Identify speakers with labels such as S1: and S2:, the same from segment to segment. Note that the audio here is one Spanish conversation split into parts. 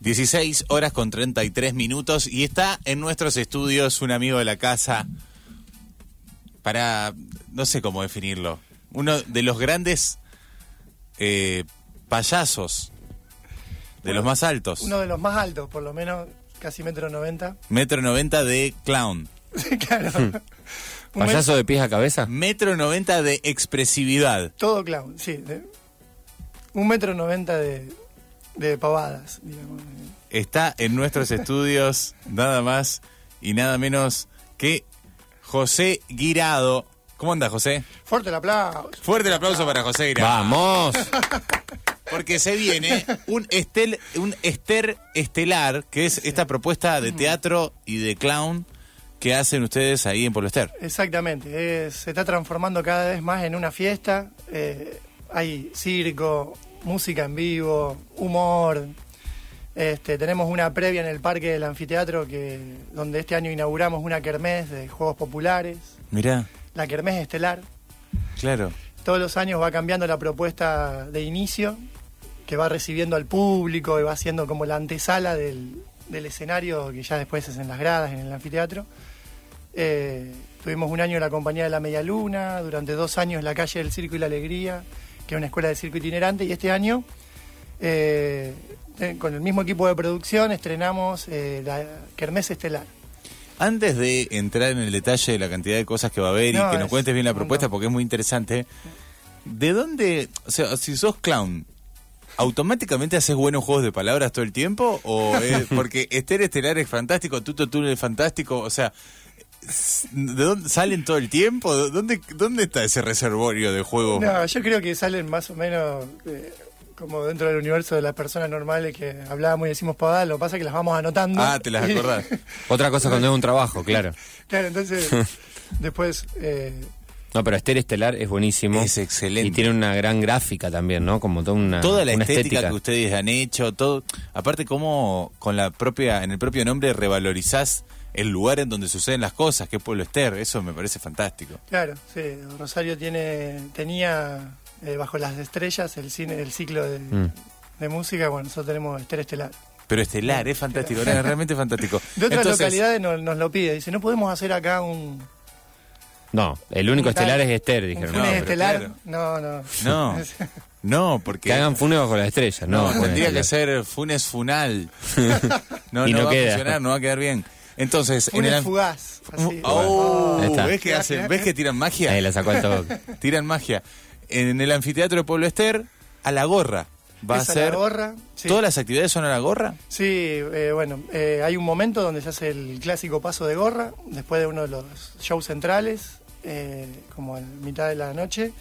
S1: 16 horas con 33 minutos y está en nuestros estudios un amigo de la casa para, no sé cómo definirlo, uno de los grandes eh, payasos, de los más altos,
S2: Uno de los más altos, por lo menos casi metro noventa.
S1: metro 90 de clown,
S2: claro. Un
S3: ¿Payaso de pies a cabeza?
S1: metro 90 de expresividad.
S2: met- todo clown, sí. de- un metro noventa de, de pavadas, digamos.
S1: Está en nuestros estudios nada más y nada menos que José Guirado. ¿Cómo anda José?
S2: Fuerte el aplauso.
S1: Fuerte el aplauso para José Guirado.
S3: ¡Vamos!
S1: Porque se viene un, estel, un Ester Estelar, que es esta propuesta de teatro y de clown que hacen ustedes ahí en Polo Ester.
S2: Exactamente, es- se está transformando cada vez más en una fiesta. eh, hay circo, música en vivo, humor. Este, tenemos una previa en el parque del anfiteatro que donde este año inauguramos una kermés de juegos populares,
S1: Mirá,
S2: la kermés estelar.
S1: claro.
S2: Todos los años va cambiando la propuesta de inicio, que va recibiendo al público y va siendo como la antesala del, del escenario que ya después es en las gradas, en el anfiteatro. Eh, tuvimos un año en la compañía de la Media Luna, durante dos años en la calle del Circo y la Alegría, que es una escuela de circo itinerante, y este año, eh, eh, con el mismo equipo de producción, estrenamos eh, la Kermés Estelar.
S1: Antes de entrar en el detalle de la cantidad de cosas que va a haber y
S2: No,
S1: que nos
S2: es
S1: cuentes bien la
S2: un
S1: propuesta
S2: montón.
S1: porque es muy interesante, ¿de dónde, o sea, si sos clown, automáticamente haces buenos juegos de palabras todo el tiempo? ¿O es- porque Ester Estelar es fantástico, Tuto Túnel es fantástico, o sea, s- ¿de dónde salen todo el tiempo? ¿Dó- ¿Dónde, dónde está ese reservorio de juegos?
S2: No, yo creo que salen más o menos eh, como dentro del universo de las personas normales que hablábamos y decimos pavadas, lo que pasa es que las vamos anotando.
S1: Ah, te las
S2: Y-
S1: acordás.
S3: Otra cosa cuando es un trabajo, claro.
S2: claro, entonces después eh,
S3: No, pero Esther Estelar es buenísimo.
S1: Es excelente.
S3: Y tiene una gran gráfica también, ¿no? Como toda una,
S1: Toda la
S3: Ah, una
S1: estética, que ustedes han hecho, todo, aparte cómo con la propia, en el propio nombre revalorizás el lugar en donde suceden las cosas, que es Pueblo Ester, eso me parece fantástico.
S2: Claro, sí. Rosario tiene, tenía eh, bajo las estrellas el cine, el ciclo de,
S3: Mm.
S2: de música. Bueno, nosotros tenemos Esther Estelar.
S1: Pero estelar, es fantástico, no, es realmente fantástico.
S2: De otras
S1: Entonces,
S2: localidades no- nos lo pide. Dice, no podemos hacer acá un,
S3: No, el único
S2: Un tal-
S3: estelar es Esther,
S2: un
S3: dijeron.
S1: no,
S2: Funes
S1: pero
S2: Estelar.
S1: claro.
S2: No, no.
S1: No, no, porque
S3: que hagan funes bajo las estrellas,
S1: no,
S3: ¿no?
S1: tendría
S3: Funes
S1: que
S3: Estelar.
S1: ser Funes Funal. No,
S3: Y
S1: no,
S3: no
S1: va
S3: queda.
S1: a funcionar, no va a quedar bien. Entonces, en
S2: Funes
S1: el an-
S2: fugaz. Así. Ah.
S1: Oh,
S3: Ahí está.
S1: ¿ves que hacen? ¿Ves que tiran magia?
S3: Ahí la sacó al toque.
S1: Tiran magia. En el anfiteatro de Pueblo Ester, a la gorra. Va
S2: Es
S1: a
S2: a
S1: ser.
S2: la gorra. Sí.
S1: ¿Todas las actividades son a la gorra?
S2: Sí, eh, bueno, eh, hay un momento donde se hace el clásico paso de gorra, después de uno de los shows centrales, eh, como a la mitad de la noche.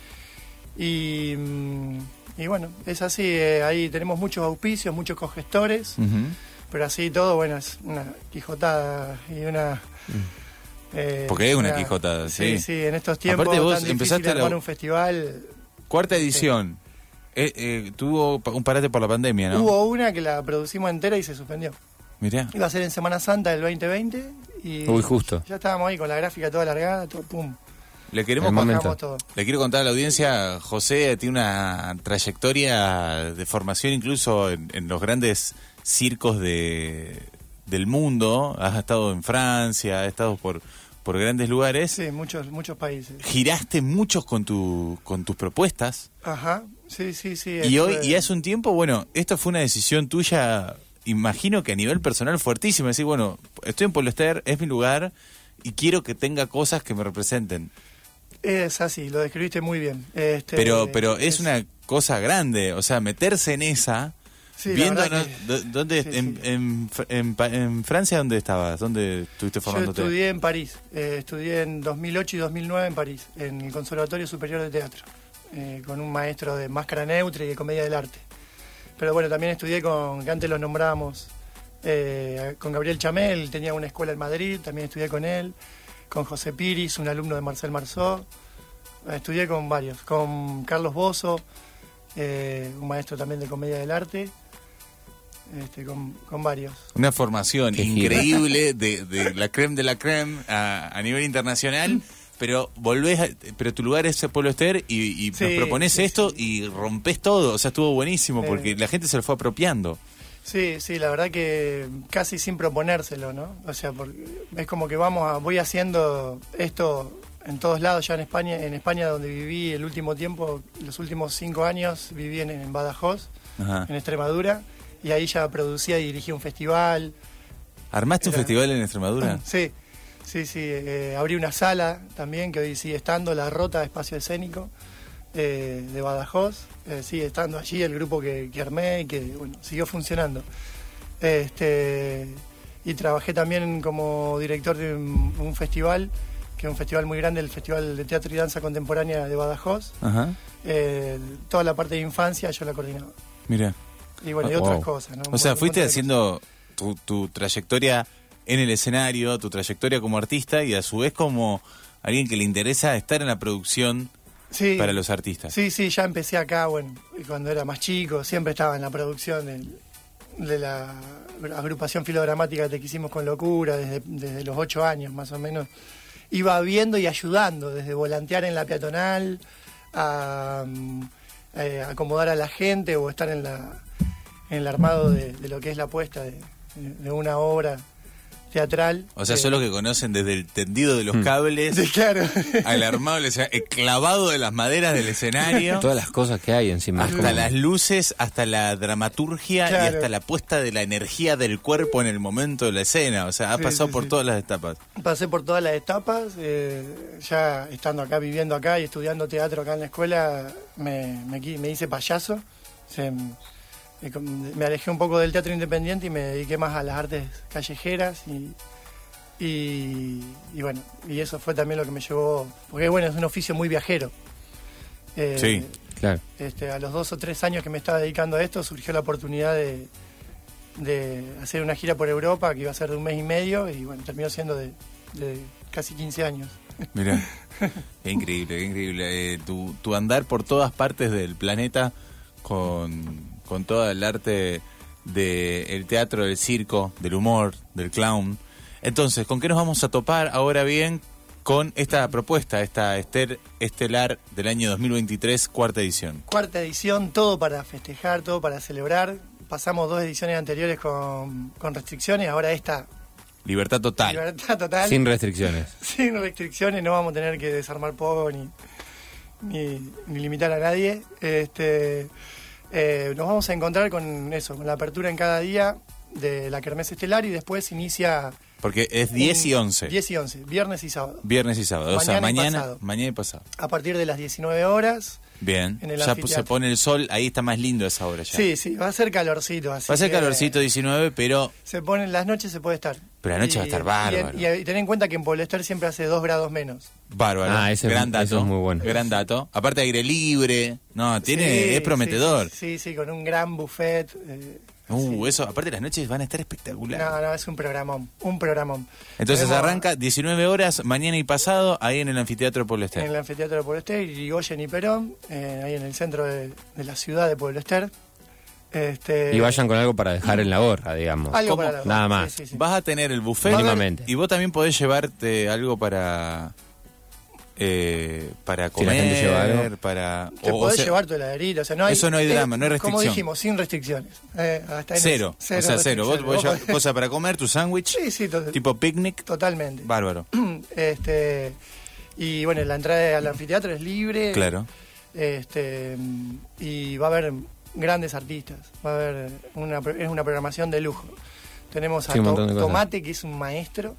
S2: Y, mm, y bueno, es así, eh, ahí tenemos muchos auspicios, muchos cogestores,
S1: Mm.
S2: pero así y todo, bueno, es una quijotada y una... eh,
S1: Mm. Porque es una quijotada, sí.
S2: Sí, en estos tiempos
S1: Aparte vos
S2: tan difíciles
S1: empezaste a la-
S2: armar un festival...
S1: Cuarta edición. Eh, eh, tuvo pa- un parate por la pandemia, ¿no?
S2: Hubo una que la producimos entera y se suspendió.
S1: Mirá.
S2: Iba a ser en Semana Santa del 2020 y
S3: Uy, justo.
S2: ya estábamos ahí con la gráfica toda largada, todo, pum,
S1: Le queremos
S3: El momento.
S2: bajamos todo.
S1: Le quiero contar a la audiencia, José tiene una trayectoria de formación incluso en, en los grandes circos de, del mundo. Has estado en Francia, has estado por, por grandes lugares.
S2: Sí, muchos, muchos países.
S1: Giraste muchos con, tu, con tus propuestas.
S2: Ajá, sí, sí, sí.
S1: Y
S2: esto
S1: hoy,
S2: es-
S1: y hace un tiempo, bueno, esto fue una decisión tuya, imagino que a nivel personal fuertísima. Decir, bueno, estoy en Polester, es mi lugar y quiero que tenga cosas que me representen.
S2: Es así, lo describiste muy bien. Este,
S1: Pero, pero es una cosa grande, o sea, meterse en esa,
S2: Sí, la
S1: viendo ¿no?
S2: verdad que-
S1: Do- dónde em-,
S2: sí,
S1: en,
S2: sí.
S1: en Fr- en Pa- en Francia dónde estabas, dónde estuviste
S2: Yo
S1: formándote.
S2: estudié en París, eh, estudié en 2008 y 2009 en París, en el Conservatorio Superior de Teatro, eh, con un maestro de máscara neutra y de comedia del arte. Pero bueno, también estudié con, que antes lo nombrábamos, eh, con Gabriel Chamel, tenía una escuela en Madrid, también estudié con él, con José Piris, un alumno de Marcel Marceau, Eh, estudié con varios, con Carlos Bozo, eh, un maestro también de comedia del arte, este, con, con varios.
S1: Una formación
S3: Qué gira.
S1: increíble de, de la creme de la creme a, a nivel internacional, pero volvés, a- pero tu lugar es el Pueblo Ester y, y
S2: Sí,
S1: nos propones
S2: sí,
S1: esto y rompes todo, o sea, estuvo buenísimo porque
S2: Eh.
S1: la gente se lo fue apropiando.
S2: Sí, sí, la verdad que casi sin proponérselo, ¿no? O sea, porque es como que vamos a, voy haciendo esto en todos lados, ya en España, en España donde viví el último tiempo, los últimos cinco años viví en, en Badajoz,
S1: Ajá.
S2: en Extremadura, y ahí ya producía y dirigía un festival.
S1: ¿Armaste un
S2: Era-
S1: festival en Extremadura?
S2: Sí, sí, sí, eh, abrí una sala también que hoy sigue estando, La Rota Espacio Escénico eh, de Badajoz, Eh, sigue estando allí el grupo que, que armé y que bueno, siguió funcionando. Este, y trabajé también como director de un, un festival, que es un festival muy grande, el Festival de Teatro y Danza Contemporánea de Badajoz.
S1: Ajá.
S2: Eh, toda la parte de infancia yo la coordinaba.
S1: Mira.
S2: Y bueno, y
S3: Ah,
S2: otras
S3: wow.
S2: cosas. ¿no?
S1: O sea,
S2: Un
S1: fuiste
S2: montón de cosas.
S1: haciendo tu, tu trayectoria en el escenario, tu trayectoria como artista y a su vez como alguien que le interesa estar en la producción
S2: Sí.
S1: para los artistas.
S2: Sí, sí, ya empecé acá, bueno, cuando era más chico, siempre estaba en la producción del- de la agrupación filogramática que hicimos con locura, desde, desde los ocho años más o menos. Iba viendo y ayudando, desde volantear en la peatonal, a mm, eh, acomodar a la gente o estar en, la, en el armado de, de lo que es la puesta de, de una obra teatral.
S1: O sea,
S2: Eh,
S1: son los que conocen desde el tendido de los cables
S2: Claro.
S1: al armado, del escena- el eh, clavado de las maderas del escenario.
S3: Todas las cosas que hay encima. es
S1: Hasta
S3: como-
S1: las luces, hasta la dramaturgia y
S2: Claro.
S1: hasta la puesta de la energía del cuerpo en el momento de la escena. O sea, ha
S2: Sí,
S1: pasado
S2: sí,
S1: por
S2: sí.
S1: todas las etapas.
S2: Pasé por todas las etapas, eh, ya estando acá, viviendo acá y estudiando teatro acá en la escuela, me, me qui- me hice payaso. Se- me, com- me alejé un poco del teatro independiente y me dediqué más a las artes callejeras y, y, y bueno, y eso fue también lo que me llevó, porque bueno, es un oficio muy viajero. Eh,
S1: Sí.
S3: Claro.
S2: este, a los dos o tres años que me estaba dedicando a esto, surgió la oportunidad de, de hacer una gira por Europa que iba a ser de un mes y medio y bueno, terminó siendo de, de casi 15 años.
S1: Mira, qué increíble, qué increíble. Eh, tu, tu andar por todas partes del planeta con, con todo el arte del teatro, del circo, del humor, del clown. Entonces, ¿con qué nos vamos a topar ahora bien con esta propuesta, esta Ester Estelar del año 2023, cuarta edición?
S2: Cuarta edición, todo para festejar, todo para celebrar. Pasamos dos ediciones anteriores con, con restricciones, ahora esta
S1: Libertad total.
S2: libertad total, sin...
S3: Sin restricciones.
S2: restricciones, no vamos a tener que desarmar poco ni, ni, ni limitar a nadie. Este, eh, nos vamos a encontrar con eso, con la apertura en cada día de la Kermés Estelar y después inicia
S1: Porque es 10 y
S2: Un-
S1: 11.
S2: 10 y 11, viernes y sábado.
S1: Viernes y sábado. o sea,
S2: Mañana y
S1: mañana,
S2: pasado.
S1: mañana y pasado.
S2: A partir de las 19 horas.
S1: Bien.
S2: En el
S1: Ya
S2: anfiteatro.
S1: se pone el sol, ahí está más lindo esa hora ya.
S2: Sí, eh, sí, va a ser calorcito. Así
S1: Va a ser
S2: que,
S1: calorcito 19, pero
S2: Se ponen las noches, se puede estar.
S1: Pero la noche va a estar bárbaro.
S2: Y, y ten en cuenta que en Pueblo Ester siempre hace 2 grados menos.
S1: Bárbaro.
S3: Ah, ese es-
S1: gran dato.
S3: eso es muy bueno.
S1: Gran dato. Aparte aire libre. No, tiene
S2: Sí,
S1: es prometedor.
S2: Sí, sí, sí, con un gran buffet. eh,
S1: Uh, eso, aparte las noches van a estar espectaculares.
S2: no, no, es un programón, un programón.
S1: Entonces
S2: Tenemos
S1: arranca 19 horas mañana y pasado ahí en el anfiteatro Pueblo
S2: En
S1: Ester.
S2: el anfiteatro de Pueblo Ester, Irigoyen y Perón, eh, ahí en el centro de, de la ciudad de Pueblo Ester. Este,
S3: Y vayan con algo para dejar en la gorra, digamos.
S2: Algo
S1: ¿Cómo?
S2: para la-
S3: Nada más.
S2: sí, sí, sí.
S1: Vas a tener el buffet
S3: Mínimamente.
S1: y vos también podés llevarte algo para eh, para
S3: Si la
S1: comer,
S3: gente lleva algo.
S1: para
S2: Te
S1: o- o
S2: podés
S1: sea,
S2: llevar tu heladerita, o sea, no hay...
S1: Eso no hay
S2: eh,
S1: drama, no hay
S2: Como
S1: restricción.
S2: dijimos, sin restricciones. Eh, hasta en-
S1: Cero, o sea, cero. Vos te podés
S2: restricciones.
S1: llevar cosa para comer, tu sándwich,
S2: Sí, sí, to-
S1: tipo picnic,
S2: totalmente.
S1: bárbaro.
S2: Este, y bueno, la entrada al anfiteatro es libre.
S1: Claro.
S2: Este, y va a haber grandes artistas, va a haber una, pro- es una programación de lujo. Tenemos a
S3: Sí, un
S2: To-
S3: montón de cosas.
S2: Tomate, que es un maestro,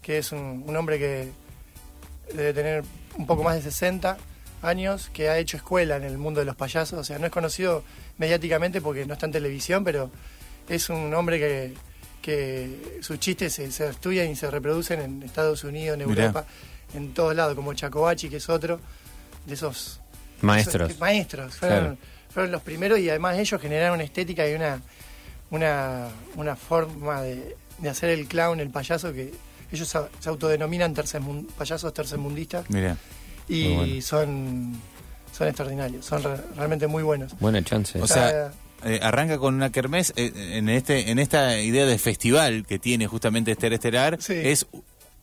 S2: que es un, un hombre que debe tener un poco más de 60 años, que ha hecho escuela en el mundo de los payasos, o sea, no es conocido mediáticamente porque no está en televisión, pero es un hombre que, que sus chistes se, se estudian y se reproducen en Estados Unidos, en
S1: Mirá.
S2: Europa, en todos lados, como Chacobachi, que es otro de esos
S3: Maestros.
S2: son- Maestros. Fueron,
S3: Claro.
S2: fueron los primeros y además ellos generaron una estética y una, una, una forma de, de hacer el clown, el payaso, que ellos se, se autodenominan tercermun- payasos tercermundistas
S1: Mira.
S2: y
S3: Muy bueno.
S2: son, son extraordinarios, son re- realmente muy buenos.
S3: Buena chance.
S1: O
S2: Está-
S1: sea, eh, arranca con una kermés eh, en este en esta idea de festival que tiene justamente Ester Estelar.
S2: Sí.
S1: Es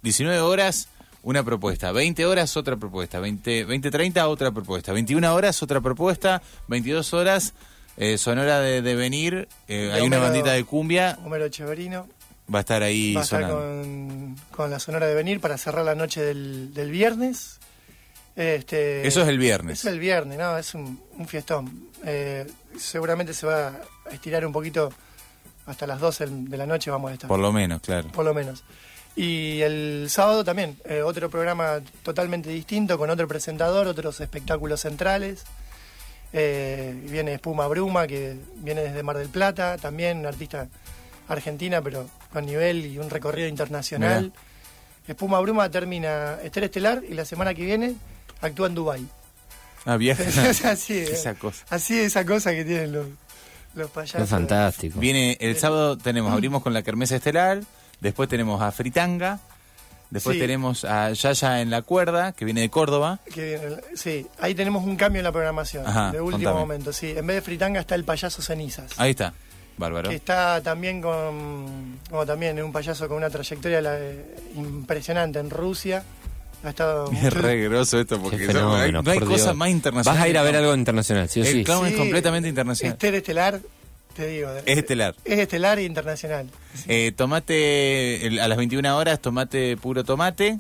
S1: 19 horas una propuesta, 20 horas otra propuesta, 20, 20 30 otra propuesta, 21 horas otra propuesta, 22 horas Eh, Sonora de, de venir, eh, hay una
S2: Homero-
S1: bandita de cumbia,
S2: Homero Echeverino
S1: va a estar ahí
S2: va a estar
S1: sonando.
S2: con, con la Sonora de Venir para cerrar la noche del, del viernes. Este,
S1: Eso es el viernes.
S2: Es el viernes, ¿no? Es un, un fiestón. Eh, seguramente se va a estirar un poquito hasta las 12 de la noche vamos a estar.
S1: Por lo menos, claro.
S2: por lo menos. Y el sábado también, eh, otro programa totalmente distinto, con otro presentador, otros espectáculos centrales. Eh, viene Espuma Bruma, que viene desde Mar del Plata, también una artista argentina, pero con nivel y un recorrido internacional.
S1: Mirá.
S2: Espuma Bruma termina Esther Estelar y la semana que viene actúa en Dubái.
S1: Ah, viaja.
S2: Es así, eh.
S1: Esa cosa.
S2: así es esa cosa que tienen los, los payasos.
S3: Es fantástico.
S1: Viene el sábado, tenemos, abrimos con la Kermesa Estelar, después tenemos a Fritanga, después
S2: Sí.
S1: tenemos a Yaya en la cuerda, que viene de Córdoba.
S2: Que viene el- sí, ahí tenemos un cambio en la programación,
S1: Ajá,
S2: de último
S1: contame.
S2: momento. Sí, en vez de fritanga está el payaso cenizas,
S1: Ahí está, bárbaro.
S2: que está también con, como también es un payaso con una trayectoria la- eh, impresionante en Rusia. Ha estado
S1: Es
S2: mucho-
S1: re groso esto,
S3: Qué
S1: porque no hay,
S3: fenómeno,
S1: no hay
S3: por
S1: cosa
S3: Dios.
S1: más internacional. Eh,
S3: Vas a ir a ver
S1: que el
S3: algo internacional, sí o
S1: clown.
S3: sí.
S1: El clown es
S2: Sí.
S1: completamente internacional.
S2: Esther Estelar, te digo. de-
S1: Es estelar.
S2: Es estelar e internacional.
S1: Eh, tomate, el- a las 21 horas, tomate puro tomate,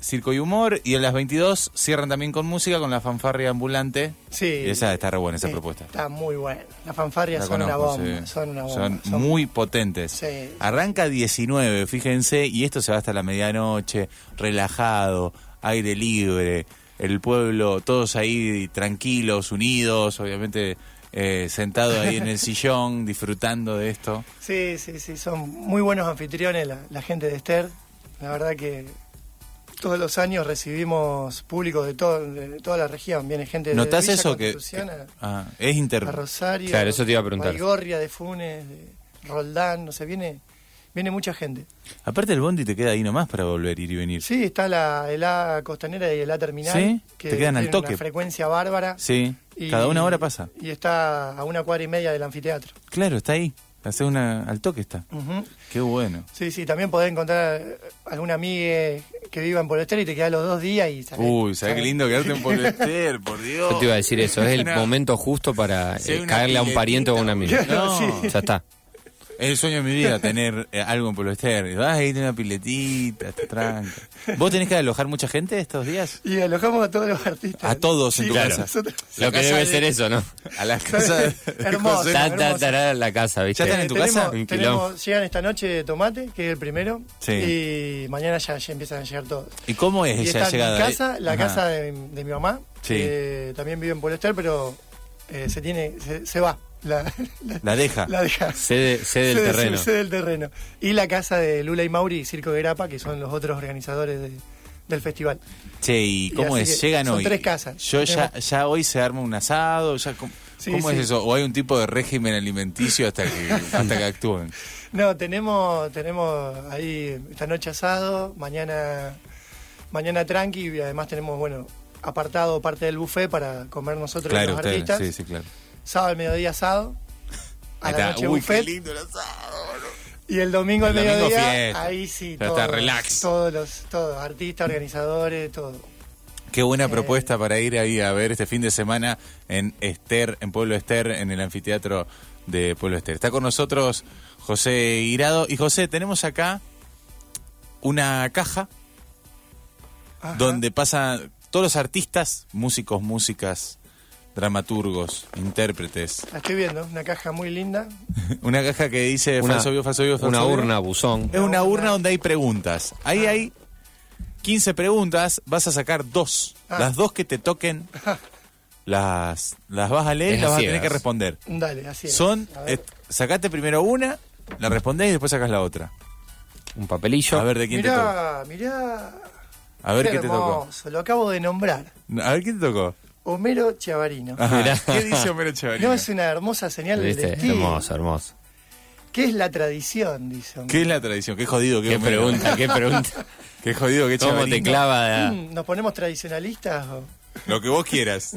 S1: circo y humor. Y a las 22 cierran también con música, con la fanfarria ambulante.
S2: Sí.
S1: Esa está re buena, esa
S2: Sí,
S1: propuesta.
S2: Está muy buena. Las fanfarrias
S1: La
S2: son,
S1: conozco,
S2: una bomba,
S1: sí.
S2: son una bomba.
S1: Son muy potentes.
S2: Sí.
S1: Arranca 19, fíjense, y esto se va hasta la medianoche, relajado, aire libre, el pueblo, todos ahí tranquilos, unidos, obviamente eh, sentado ahí en el sillón, disfrutando de esto.
S2: Sí, sí, sí, son muy buenos anfitriones la, la gente de Esther. La verdad que todos los años recibimos público de, todo, de toda la región. Viene gente de
S1: ¿Notás
S2: Villa
S1: eso? Que,
S2: Constitución
S1: que-
S2: a-
S1: ah, es
S2: a
S1: inter...
S2: Rosario,
S3: Claro, eso te iba a preguntar.
S2: Baigorria, de Funes, de Roldán, no sé, viene, viene mucha gente.
S1: Aparte el bondi te queda ahí nomás para volver, ir y venir.
S2: Sí, está la, el A costanera y el A terminal.
S1: Sí,
S2: que
S1: te quedan al
S2: tienen
S1: toque.
S2: Una frecuencia bárbara.
S1: Sí,
S2: y-
S1: cada una hora pasa.
S2: Y está a una cuadra y media del anfiteatro.
S1: Claro, está ahí. Hace una al toque está.
S2: Ujú.
S1: Qué bueno.
S2: Sí, sí, también podés encontrar eh, alguna amiga que viva en Esther y te quedás los dos días y salés.
S1: Uy, ¿sabes qué lindo quedarte en Polester, por Dios?
S3: Yo te iba a decir eso, es el
S1: Una-
S3: momento justo para
S1: Si hay
S3: eh,
S1: una
S3: caerle a un
S1: piletita,
S3: pariente o a un amigo.
S1: No,
S2: Sí.
S3: Ya está.
S1: es el sueño de mi vida tener eh, algo en Polester. Vas a irte una piletita, te tranca. ¿Vos tenés que alojar mucha gente estos días?
S2: Y alojamos a todos los artistas.
S1: A todos en tu casa.
S2: nosotros-
S3: Lo que
S1: casa
S3: debe
S1: de-
S3: ser eso, ¿no?
S1: A las casas.
S2: Hermoso.
S1: José-
S3: Ta, ta,
S2: hermoso.
S3: tará, la casa, ¿viste?
S1: Ya están en tu
S2: Eh, tenemos-
S1: casa?
S3: Un
S2: tenemos- llegan esta noche Tomate, que es el primero.
S1: Sí.
S2: Y mañana ya, ya empiezan a llegar todos.
S1: ¿Y cómo es
S2: Y
S1: esa
S2: está
S1: llegada?
S2: mi casa, la
S1: Ajá.
S2: casa de, mi- de mi mamá,
S1: Sí.
S2: que también vive en Polester, pero eh, se tiene, se, se va. La, la,
S1: La deja.
S2: la deja.
S3: Cede, cede el
S2: Sede-
S3: terreno.
S2: sede del terreno. Y la casa de Lula y Mauri y Circo de Grapa, que son los otros organizadores de- del festival.
S1: Che, ¿y
S2: Y
S1: cómo
S2: así
S1: es?
S2: que
S1: Llegan
S2: son
S1: hoy.
S2: tres casas.
S1: Yo ya, ya hoy se arma un asado. Ya, ¿Cómo,
S2: Sí,
S1: cómo
S2: sí.
S1: es eso? ¿O hay un tipo de régimen alimenticio hasta que, hasta que actúen?
S2: No, tenemos, tenemos ahí esta noche asado, mañana, mañana tranqui y además tenemos, bueno, apartado parte del buffet para comer nosotros y
S1: Claro,
S2: los
S1: ustedes.
S2: artistas.
S1: Sí, sí, claro.
S2: Sábado al mediodía asado. A
S1: Ahí
S2: la
S1: está.
S2: noche
S1: Uy, qué
S2: buffet.
S1: lindo el asado. boludo.
S2: Y el domingo al
S1: El domingo
S2: mediodía,
S1: fiesta.
S2: ahí sí,
S1: Ya está, relax.
S2: todos los, todos, artistas, organizadores, todo.
S1: Qué buena propuesta para ir ahí a ver este fin de semana en Esther, en Pueblo Esther, en el anfiteatro de Pueblo Esther. Está con nosotros José Irado. Y José, tenemos acá una caja
S2: Ajá.
S1: donde pasan todos los artistas, músicos, músicas, dramaturgos, intérpretes.
S2: La estoy viendo, una caja muy linda,
S1: Una caja que dice
S3: Una-
S1: falso vivo, falso vivo, falso
S3: una
S1: vivo.
S3: urna, buzón.
S1: Es una urna donde hay preguntas. Ahí hay 15 preguntas, vas a sacar dos.
S2: Ah.
S1: Las dos que te toquen, las, las vas a leer y
S3: Es
S1: las
S3: a
S1: vas a tener
S3: ciegas.
S1: que responder.
S2: Dale, así es.
S1: Son,
S2: A ver.
S1: eh, sacate primero una, la respondés y después sacas la otra.
S3: Un papelillo.
S1: A ver de quién te tocó.
S2: mirá, mirá.
S1: A ver
S2: qué
S1: qué te tocó.
S2: hermoso, Lo acabo de nombrar.
S1: A ver quién te tocó.
S2: Homero Chavarino.
S1: Ajá.
S3: Mirá.
S1: ¿Qué dice Homero Chavarino?
S2: No es una hermosa señal del
S3: ¿Viste?
S2: destino.
S3: Hermoso, hermoso.
S2: ¿Qué es la tradición? Dice Homero.
S1: ¿Qué es la tradición? Qué jodido, qué,
S3: Qué
S1: Homero.
S3: pregunta, qué pregunta.
S1: Qué jodido, qué
S3: ¿Cómo te
S1: Chavarino.
S3: clava?
S2: Mm, ¿Nos ponemos tradicionalistas? o?
S1: Lo que vos quieras.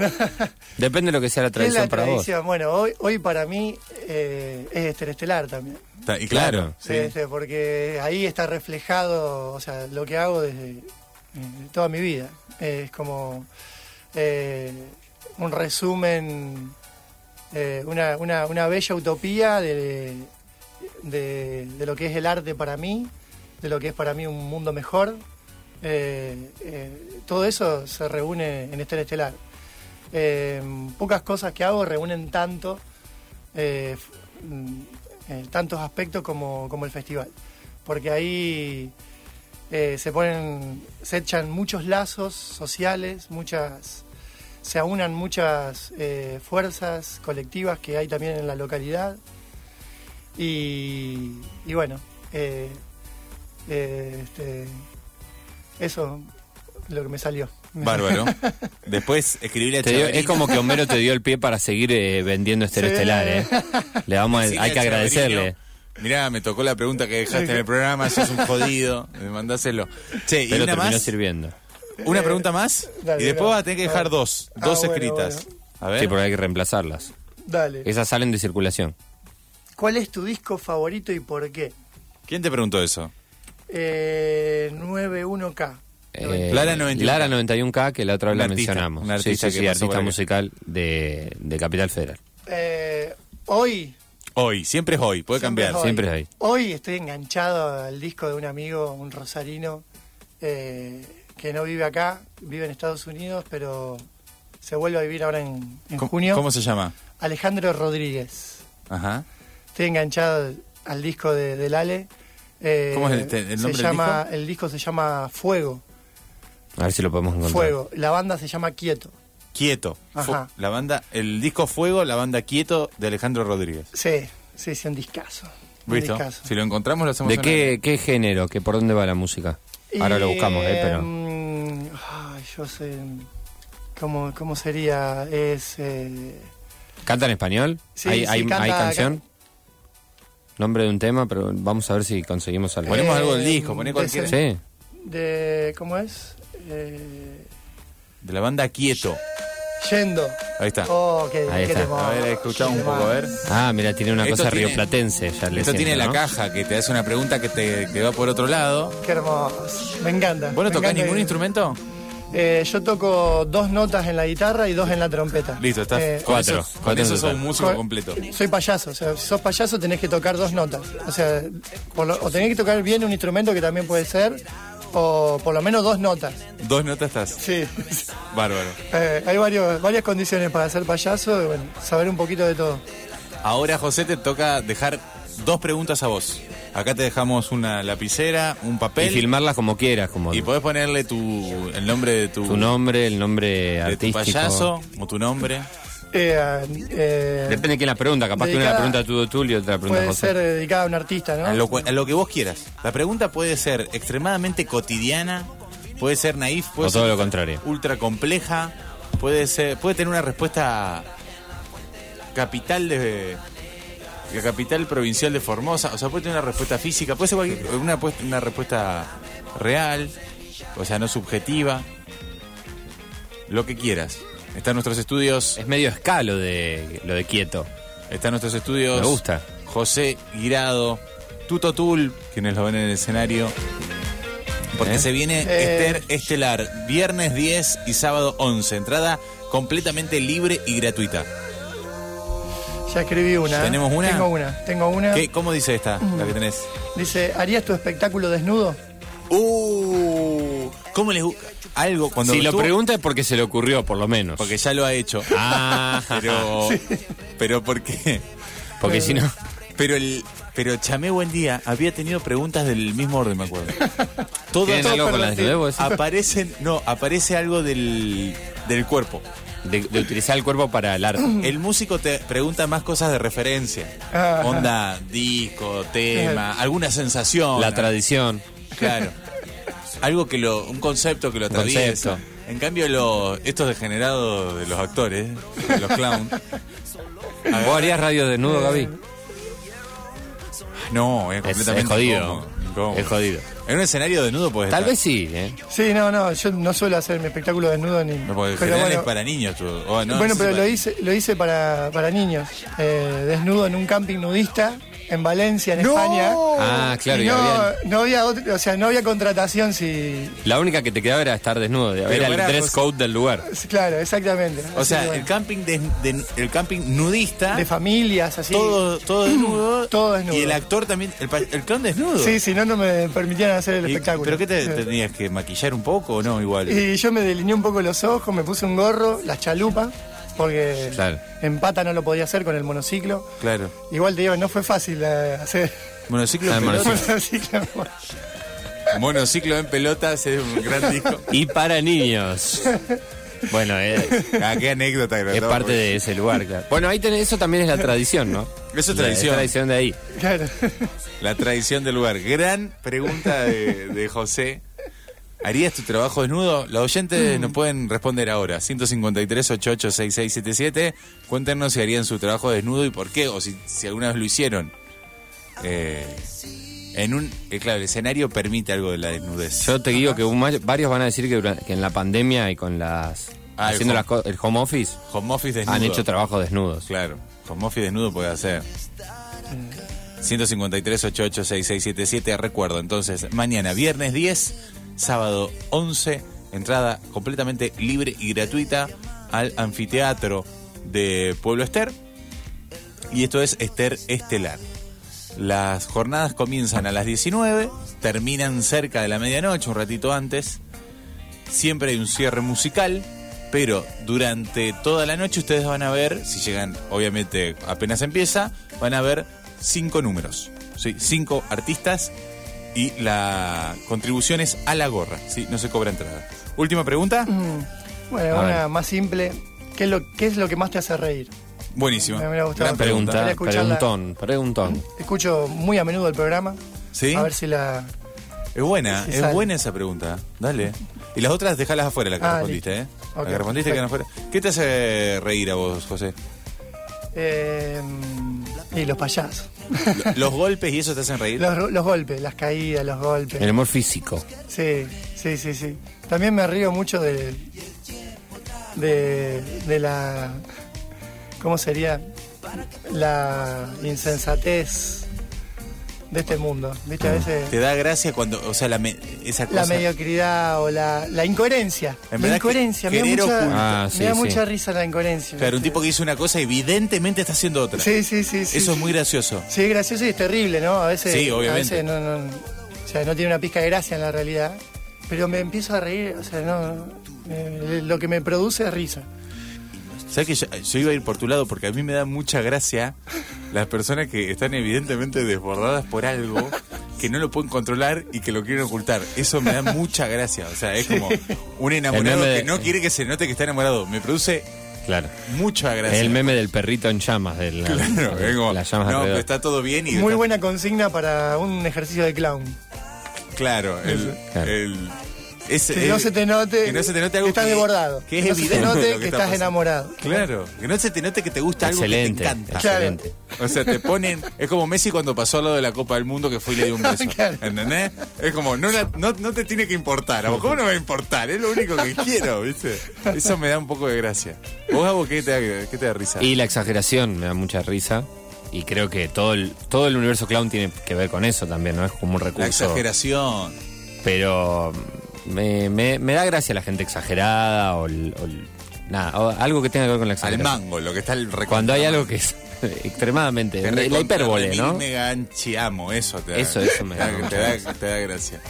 S3: Depende de lo que sea la
S2: ¿Qué es la
S3: tradición para vos.
S2: tradición? Bueno, hoy, hoy para mí eh, es Estelar también.
S1: Ta- Y claro,
S3: Claro.
S1: sí.
S2: Este, porque ahí está reflejado, o sea, lo que hago desde eh, toda mi vida. Eh, es como eh, un resumen eh, una, una- una bella utopía de, de- de lo que es el arte para mí, de lo que es para mí un mundo mejor. Eh, eh, todo eso se reúne en Estelar Estelar. Eh, pocas cosas que hago reúnen tanto, eh, f- mm, eh, tantos aspectos como, como el festival. Porque ahí eh, se ponen, se echan muchos lazos sociales, muchas, se aunan muchas eh, fuerzas colectivas que hay también en la localidad. Y, y bueno, eh, eh, este, eso lo que me salió.
S1: Bárbaro. Después escribirle a
S3: Te dio-
S1: Chavarría.
S3: es como que Homero te dio el pie para seguir eh, vendiendo Estero
S2: Sí.
S3: Estelar, ¿eh? Le vamos a-
S1: Decirle
S3: hay que
S1: a Chavarría,
S3: agradecerle.
S1: Mirá, me tocó la pregunta que dejaste en el programa, sos un jodido, me mandáselo. Che, y
S3: Pero
S1: una
S3: terminó
S1: más,
S3: sirviendo.
S1: una pregunta más,
S2: Eh, Dale,
S1: y después
S2: no,
S1: vas a tener que dejar
S2: no.
S1: dos,
S2: Ah,
S1: dos
S2: bueno,
S1: escritas. A ver,
S3: Sí, porque hay que reemplazarlas.
S2: Dale.
S3: Esas salen de circulación.
S2: ¿Cuál es tu disco favorito y por qué?
S1: ¿quién te preguntó eso?
S2: Eh, 91K.
S3: Eh,
S1: Lara 91K.
S3: Lara 91K, que la otra vez
S1: Un
S3: la
S1: artista,
S3: mencionamos.
S1: un artista
S3: sí, sí, sí,
S1: que pasó por
S3: artista
S1: acá.
S3: musical de, de Capital Federal.
S2: Eh, hoy
S1: Hoy, siempre es hoy, puede
S2: Siempre
S1: cambiar.
S2: es hoy.
S3: Siempre es ahí.
S2: Hoy estoy enganchado al disco de un amigo, un rosarino, eh, que no vive acá, vive en Estados Unidos, pero se vuelve a vivir ahora en, en
S1: ¿Cómo,
S2: junio.
S1: cómo se llama?
S2: Alejandro Rodríguez.
S1: Ajá.
S2: Estoy enganchado al, al disco de, del Ale. Eh,
S1: ¿Cómo es el te- el nombre
S2: se
S1: del
S2: llama, El disco se llama Fuego.
S3: A ver si lo podemos encontrar.
S2: Fuego. La banda se llama Quieto.
S1: Quieto. Fu-
S2: Ajá.
S1: La banda, el disco Fuego, la banda Quieto de Alejandro Rodríguez.
S2: Sí, sí, sí, un discazo. Un
S1: ¿Visto?
S2: discazo.
S1: Si lo encontramos lo hacemos
S3: ¿De
S1: sonar.
S3: qué, qué género? que ¿Por dónde va la música? Ahora lo
S2: Y,
S3: buscamos, ¿eh? Pero...
S2: em, ay, yo sé. ¿Cómo, cómo sería? Es. eh,
S3: ¿Canta en español?
S2: Sí,
S3: ¿Hay,
S2: sí,
S3: hay-
S2: canta-
S3: hay canción? Nombre de un tema, pero vamos a ver si conseguimos algo.
S1: Ponemos algo del
S2: Eh,
S1: disco, poné cualquiera.
S2: de-
S3: Sí.
S2: de ¿Cómo es? Eh,
S1: De la banda Quieto.
S2: yendo.
S1: Ahí está.
S2: Oh, qué,
S3: Ahí
S2: qué
S3: está.
S2: temón.
S1: A ver, escuchamos un poco, a ver.
S3: Ah, mira, tiene una
S1: Esto
S3: cosa
S1: tiene-
S3: rioplatense. Ya le
S1: Esto tiene
S3: siento,
S1: la
S3: ¿no?
S1: caja que te hace una pregunta que te que va por otro lado.
S2: Qué hermoso. Me encanta.
S1: ¿Vos no
S2: me
S1: tocás
S2: encanta
S1: ningún
S2: que-
S1: instrumento?
S2: Eh, yo toco dos notas en la guitarra y dos en la trompeta.
S1: Listo, estás.
S2: Eh,
S1: con
S3: Cuatro,
S1: eso- Con
S3: cuatro
S1: eso
S3: en
S1: sos
S3: total.
S1: un músico
S2: Con-
S1: completo.
S2: Soy payaso, o sea, si sos payaso tenés que tocar dos notas. O sea, por lo- o tenés que tocar bien un instrumento que también puede ser, o por lo menos dos notas.
S1: Dos notas estás.
S2: Sí.
S1: Bárbaro.
S2: Eh, hay varios, varias condiciones para ser payaso, y bueno, saber un poquito de todo.
S1: Ahora, José, te toca dejar dos preguntas a vos. Acá te dejamos una lapicera, un
S3: Y
S1: papel.
S3: filmarlas como quieras, como
S1: Y podés ponerle tu, el nombre de tu,
S3: tu nombre, el nombre
S1: de tu
S3: artístico.
S1: payaso o tu nombre.
S2: Eh, eh,
S3: Depende de quién la pregunta. Capaz que una la
S2: Dedicada-
S3: pregunta tú, Tulio, y otra la pregunta
S2: puede
S3: José.
S2: ser dedicada a un artista, ¿no?
S1: A lo, cu- a lo que vos quieras. La pregunta puede ser extremadamente cotidiana, puede ser naif, puede
S3: O todo
S1: ser
S3: lo contrario.
S1: ultra compleja, puede ser, puede tener una respuesta capital de la capital provincial de Formosa, o sea, puede tener una respuesta física, puede ser cualquier- una, puest- una respuesta real, o sea, no subjetiva, lo que quieras. Están nuestros estudios,
S3: Es medio escalo de lo de quieto.
S1: están nuestros estudios.
S3: Me gusta.
S1: José Guirado, Tuto Tul, quienes lo ven en el escenario. Porque
S3: ¿Eh?
S1: se viene
S2: Eh.
S1: Esther Estelar, viernes 10 y sábado 11. Entrada completamente libre y gratuita.
S2: Ya escribí una. ¿eh?
S1: ¿Tenemos una?
S2: Tengo una, tengo una.
S1: ¿Qué, ¿Cómo dice esta, la que tenés?
S2: Dice, ¿harías tu espectáculo desnudo?
S1: ¡Uh! ¿Cómo les gusta? Algo cuando.
S3: si lo
S1: estuvo-
S3: pregunta es porque se le ocurrió, por lo menos.
S1: Porque ya lo ha hecho.
S3: Ah,
S1: Pero. Pero ¿por qué?
S3: porque si no.
S1: Pero el. Pero Chamé Buen Día había tenido preguntas del mismo orden, me acuerdo. Todo,
S3: ¿Tienen
S1: todo
S3: algo con
S1: perdón,
S3: las
S1: sí.
S3: de vos?
S1: Aparecen, no, aparece algo del, del cuerpo.
S3: De, de utilizar el cuerpo para el arte.
S1: El músico te pregunta más cosas de referencia.
S3: Ah.
S2: Ajá.
S1: Onda, disco, tema, alguna sensación.
S3: La tradición.
S1: Claro. Algo que lo, un concepto que lo atraviesa.
S3: concepto.
S1: En cambio, lo, estos degenerados de los actores, de los clowns.
S3: ¿Vos harías radio desnudo,
S2: Eh,
S3: Gaby?
S1: No, es
S3: Es, es
S1: completamente
S3: jodido.
S1: incómodo, incómodo.
S3: Es jodido.
S1: En un escenario desnudo puedes
S3: Tal
S1: estar.
S3: vez sí, ¿eh?
S2: Sí, no, no, yo no suelo hacer mi espectáculo desnudo ni...
S1: No, porque en
S2: pero
S1: general
S2: bueno,
S1: es para niños. tú. O no,
S2: bueno,
S1: es
S2: pero
S1: para-
S2: lo hice, lo hice para, para niños. Eh, desnudo en un camping nudista en Valencia, en
S1: ¡No!
S2: España.
S3: Ah, claro,
S2: Y
S3: y
S2: no,
S3: habían-
S2: no había otro- o sea, no había contratación si.
S3: La única que te quedaba era estar desnudo, era el
S1: pará,
S3: dress
S1: José.
S3: code del lugar.
S2: si- Claro, exactamente.
S1: O
S2: Así que,
S1: sea,
S2: bueno,
S1: el camping, de, de- el camping nudista,
S2: de familias, así.
S1: todo, todo desnudo.
S2: Todo desnudo.
S1: Y el actor también, el, pa- el clown desnudo.
S2: Sí, si no, no me permitían hacer el
S1: Y-
S2: espectáculo.
S1: ¿Pero qué te
S2: Sí.
S1: tenías que maquillar un poco o no? Igual.
S2: Y yo me delineé un poco los ojos, me puse un gorro, la chalupa, porque
S3: Claro.
S2: en pata no lo podía hacer con el monociclo.
S1: Claro.
S2: Igual te digo, no fue fácil eh, hacer
S1: Monociclo,
S3: Ah,
S1: en pelota.
S3: monociclo.
S2: monociclo.
S1: monociclo en pelotas es un gran disco.
S3: Y para niños. Bueno, eh,
S1: Ah, qué anécdota. que
S3: es
S1: contamos.
S3: parte de ese lugar, claro. pues. Bueno, ahí tenés, eso también es la tradición, ¿no?
S1: Eso es
S3: La-
S1: tradición.
S3: tradición de ahí.
S2: Claro.
S1: La tradición del lugar. Gran pregunta de, de José. ¿Harías tu trabajo desnudo? Los oyentes nos pueden responder ahora. 153-886677. Cuéntenos si harían su trabajo desnudo y por qué, o si, si alguna vez lo hicieron. Eh, en un. eh, claro, el escenario permite algo de la desnudez.
S3: Yo te digo que un ma- varios van a decir que, dura- que en la pandemia y con las.
S1: Ah, el
S3: haciendo
S1: home-
S3: las co- el home office
S1: Home office desnudo.
S3: han hecho trabajo desnudos.
S1: Claro, con Mofi desnudo puede hacer. 153-88-6677, recuerdo. Entonces, mañana, viernes 10, sábado 11, entrada completamente libre y gratuita al anfiteatro de Pueblo Ester. Y esto es Ester Estelar. Las jornadas comienzan a las 19, terminan cerca de la medianoche, un ratito antes. Siempre hay un cierre musical, pero durante toda la noche ustedes van a ver, si llegan, obviamente apenas empieza, van a ver cinco números, ¿sí? cinco artistas y la contribución es a la gorra, ¿sí? no se cobra entrada. Última pregunta,
S2: Mm. Bueno,
S3: A
S2: una
S3: ver.
S2: más simple. ¿Qué es, lo, ¿Qué es lo que más te hace reír?
S1: buenísima.
S2: Me hubiera gustado
S1: Gran
S2: Me
S3: Pregunta,
S1: pregunta.
S2: gustaría escucharla.
S3: preguntón, preguntón.
S2: Escucho muy a menudo el programa.
S1: ¿Sí?
S2: A ver si la.
S1: Es buena,
S2: Si
S1: es
S2: sale.
S1: buena esa pregunta. Dale. Y las otras dejalas afuera, la que
S2: Ah,
S1: respondiste, ¿eh?
S2: Ok,
S1: la que respondiste quedan afuera. ¿Qué te hace reír a vos, José?
S2: eh, y los payasos.
S1: Lo- ¿Los golpes y eso te hacen reír?
S2: Los, los golpes, las caídas, los golpes.
S3: El amor físico.
S2: Sí, sí, sí, sí. También me río mucho de. de. de la. ¿Cómo sería? La insensatez de este mundo. ¿Viste?
S1: Te
S2: A veces.
S1: da gracia cuando, o sea, la me- esa cosa.
S2: La mediocridad o la, la incoherencia.
S1: En
S2: la
S1: verdad
S2: incoherencia.
S1: que
S2: Me da,
S1: querer
S2: mucha,
S1: oculto.
S3: Ah,
S2: me
S3: sí,
S2: da
S3: sí.
S2: mucha risa la incoherencia.
S1: Claro, un
S2: ¿viste?
S1: tipo que hizo una cosa evidentemente está haciendo otra.
S2: Sí, sí, sí. sí,
S1: Eso es
S2: sí.
S1: muy gracioso.
S2: Sí, es gracioso y es terrible, ¿no? A veces,
S1: Sí, obviamente.
S2: A veces no, no, o sea, no tiene una pizca de gracia en la realidad. Pero me empiezo a reír, o sea, no. no, eh, lo que me produce es risa.
S1: ¿Sabes que yo, yo iba a ir por tu lado porque a mí me da mucha gracia las personas que están evidentemente desbordadas por algo que no lo pueden controlar y que lo quieren ocultar. Eso me da mucha gracia. O sea, es como un enamorado
S3: El meme de-
S1: que no quiere que se note que está enamorado. Me produce
S3: Claro.
S1: mucha gracia.
S3: El meme del perrito en llamas. De la-
S1: Claro, es como,
S3: las llamas
S1: no,
S3: alrededor.
S1: pero está todo bien y
S2: Muy
S1: está-
S2: buena consigna para un ejercicio de clown.
S1: Claro, el,
S3: Claro.
S1: el- ese-
S2: Que no
S1: el-
S2: se te note.
S1: que no se te note algo
S2: que estás
S1: que-
S2: desbordado.
S1: que es
S2: no se te
S1: evidente lo que
S2: note que
S1: está
S2: estás
S1: pasando.
S2: enamorado.
S1: Claro, que no se te note que te gusta
S3: Excelente,
S1: algo que te encanta.
S2: Claro.
S3: excelente.
S1: O sea, te ponen. Es como Messi cuando pasó al lado de la Copa del Mundo que fue y le dio un beso.
S2: Claro.
S1: ¿Entendés? Es como, no, la- no, no te tiene que importar. ¿A vos cómo no me va a importar? Es lo único que quiero, ¿viste? Eso me da un poco de gracia. ¿Vos, Gabo, qué te da, qué te da risa?
S3: Y la exageración me da mucha risa. Y creo que todo el, todo el universo clown tiene que ver con eso también, ¿no? Es como un recurso.
S1: la exageración.
S3: Pero me, me- me da gracia la gente exagerada o, el- o el- nada, o algo que tenga que ver con la
S1: Al
S3: exageración.
S1: mango, lo que está el
S3: Cuando hay algo que es extremadamente.
S1: Te
S3: la- la
S1: recontra
S3: hipérbole,
S1: remil
S3: ¿no?
S1: mega anchiamo, eso te da.
S3: Eso, eso me da
S1: te
S3: mucha
S1: te da, te da gracia.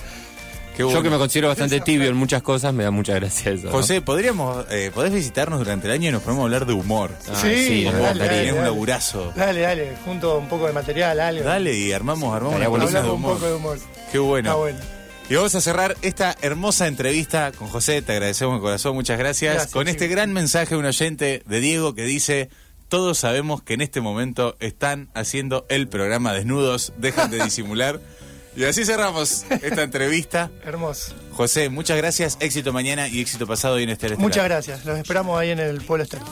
S1: Qué
S3: Yo
S1: bueno.
S3: que me considero bastante tibio en muchas cosas, me da mucha gracia eso. ¿no?
S1: José, podríamos, eh, podés visitarnos durante el año y nos podemos hablar de humor.
S3: Ah,
S2: sí,
S3: sí,
S1: Vos,
S2: dale,
S3: me
S1: que
S3: encantaría.
S1: tenés un
S2: dale.
S1: laburazo.
S2: Dale, dale, junto un poco de material, algo.
S1: Dale y armamos, armamos
S3: Estaría
S1: una columna
S2: Hablamos
S1: de
S2: un
S1: humor.
S2: poco de humor.
S1: Qué bueno.
S2: Está bueno.
S1: Y vamos a cerrar esta hermosa entrevista con José. Te agradecemos de corazón, muchas gracias.
S2: Gracias,
S1: con este
S2: chicos.
S1: gran mensaje de un oyente de Diego que dice: Todos sabemos que en este momento están haciendo el programa desnudos, dejan de disimular. Y así cerramos esta entrevista.
S2: Hermoso.
S1: José, muchas gracias. Éxito mañana y éxito pasado y en este
S2: Muchas gracias. Los esperamos ahí en el Pueblo Estelar.